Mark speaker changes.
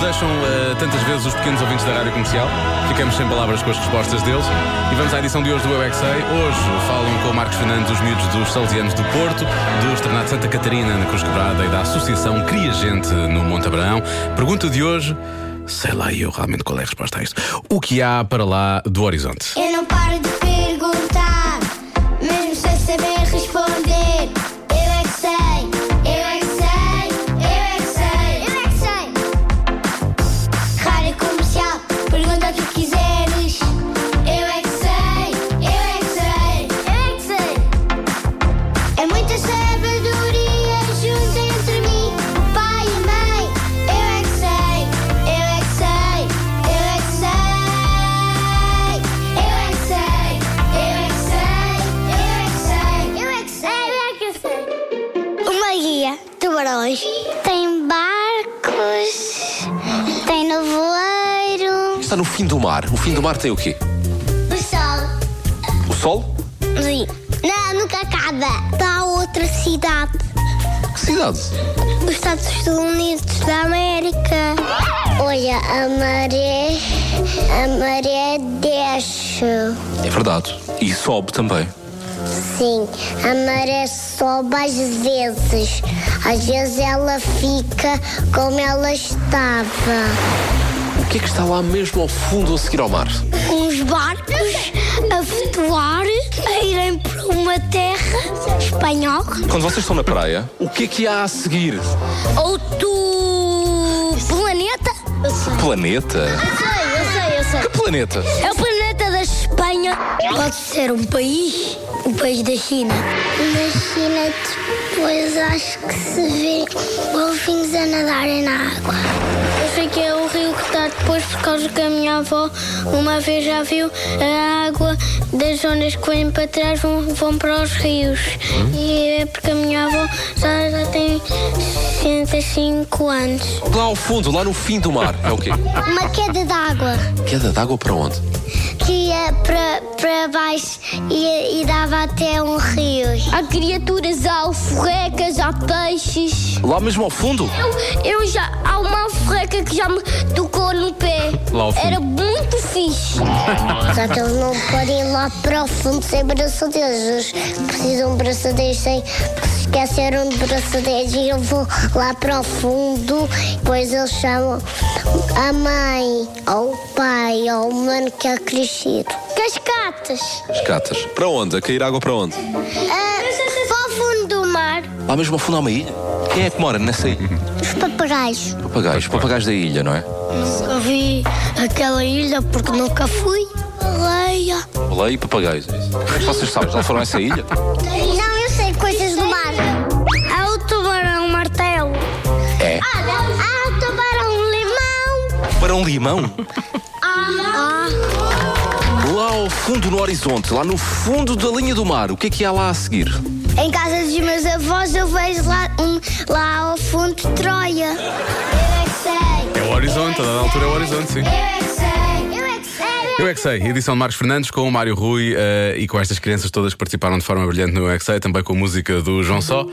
Speaker 1: deixam eh, tantas vezes os pequenos ouvintes da rádio comercial. Ficamos sem palavras com as respostas deles. E vamos à edição de hoje do UXA. Hoje falam com o Marcos Fernandes, os miúdos dos Salesianos do Porto, do Estrenado Santa Catarina na Cruz Quebrada e da Associação Cria Gente no Monte Abraão. Pergunta de hoje. Sei lá eu realmente qual é a resposta a isto. O que há para lá do horizonte?
Speaker 2: Eu não paro de perguntar, mesmo sem saber responder. Eu é que sei, eu é que sei, eu é que sei, eu é que sei. Rádio comercial, pergunta o que quiseres. Eu é eu é que sei, eu é que sei. É muita sabedoria junto entre mim, o pai e a mãe. Eu é que sei, eu é que sei, eu é que sei. Eu é que sei, eu é que sei, eu é que sei. Eu é que sei, eu é que sei. Uma guia de barões. Tem barcos, tem nevoeiro.
Speaker 3: Está no fim do mar. O fim do mar tem o quê?
Speaker 2: O sol.
Speaker 3: O sol?
Speaker 2: Sim. Não, nunca acaba. Está outra cidade.
Speaker 3: Que cidade?
Speaker 2: Os Estados Unidos da América. Olha, a maré. A maré desce.
Speaker 3: É verdade. E sobe também.
Speaker 2: Sim, a maré sobe às vezes. Às vezes ela fica como ela estava.
Speaker 3: O que é que está lá mesmo ao fundo a seguir ao mar?
Speaker 2: Uns barcos a flutuar, a irem para uma terra espanhola.
Speaker 3: Quando vocês estão na praia, o que é que há a seguir?
Speaker 2: Outro planeta? Eu sei.
Speaker 3: Planeta?
Speaker 2: Eu sei, eu sei, eu sei.
Speaker 3: Que planeta?
Speaker 2: É o planeta da Espanha. Pode ser um país, o país da China. Na China, depois acho que se vê golfinhos a nadarem na água. Eu sei que é o rio que está depois, por causa que a minha avó uma vez já viu a água das ondas que vêm para trás vão, vão para os rios.
Speaker 3: Hum?
Speaker 2: E é porque a minha avó já, já tem 65 anos.
Speaker 3: Lá ao fundo, lá no fim do mar, é o quê?
Speaker 2: Uma queda d'água.
Speaker 3: Queda d'água para onde?
Speaker 2: que ia para, para baixo e, e dava até um rio. Há criaturas, há alforrecas, há peixes.
Speaker 3: Lá mesmo ao fundo?
Speaker 2: Eu, eu já. Há uma alforreca que já me tocou no pé.
Speaker 1: Lá ao fundo.
Speaker 2: Era muito fixe. Só que eles não podem ir lá para o fundo sem braçadeiros. Eles precisam de braçadeiros sem. porque se Esqueceram de braçadeiros e eu vou lá para o fundo. Depois eles chamam a mãe, ou o pai, ou o mano que é crescido. Cascatas.
Speaker 3: As catas. Para onde? A cair água para onde?
Speaker 2: Ah, para o fundo do mar,
Speaker 3: Lá mesmo ao fundo há uma ilha? Quem é que mora nessa ilha?
Speaker 2: os papagaios.
Speaker 3: Papagaios. Papagaios da ilha, não é?
Speaker 2: Nunca vi aquela ilha porque nunca fui. Leia.
Speaker 3: Olá e papagaios. é isso? Como é que vocês sabem? Já foram a essa ilha?
Speaker 2: Não, eu sei coisas do mar. Há É o tubarão martelo.
Speaker 3: É.
Speaker 2: Há o tubarão limão.
Speaker 3: Para um limão?
Speaker 2: Há.
Speaker 3: Lá ao fundo, no horizonte, lá no fundo da linha do mar, o que é que há lá a seguir?
Speaker 2: Em casa dos meus avós eu vejo lá, um, lá ao fundo Troia. Eu é que
Speaker 1: É
Speaker 2: sei.
Speaker 1: o horizonte, a dada altura é o horizonte, sim.
Speaker 2: Eu é que sei. Eu é que sei.
Speaker 1: Eu é que sei, edição de Marcos Fernandes com o Mário Rui eh, e com estas crianças todas que participaram de forma brilhante no Eu é que sei, também com a música do João Só.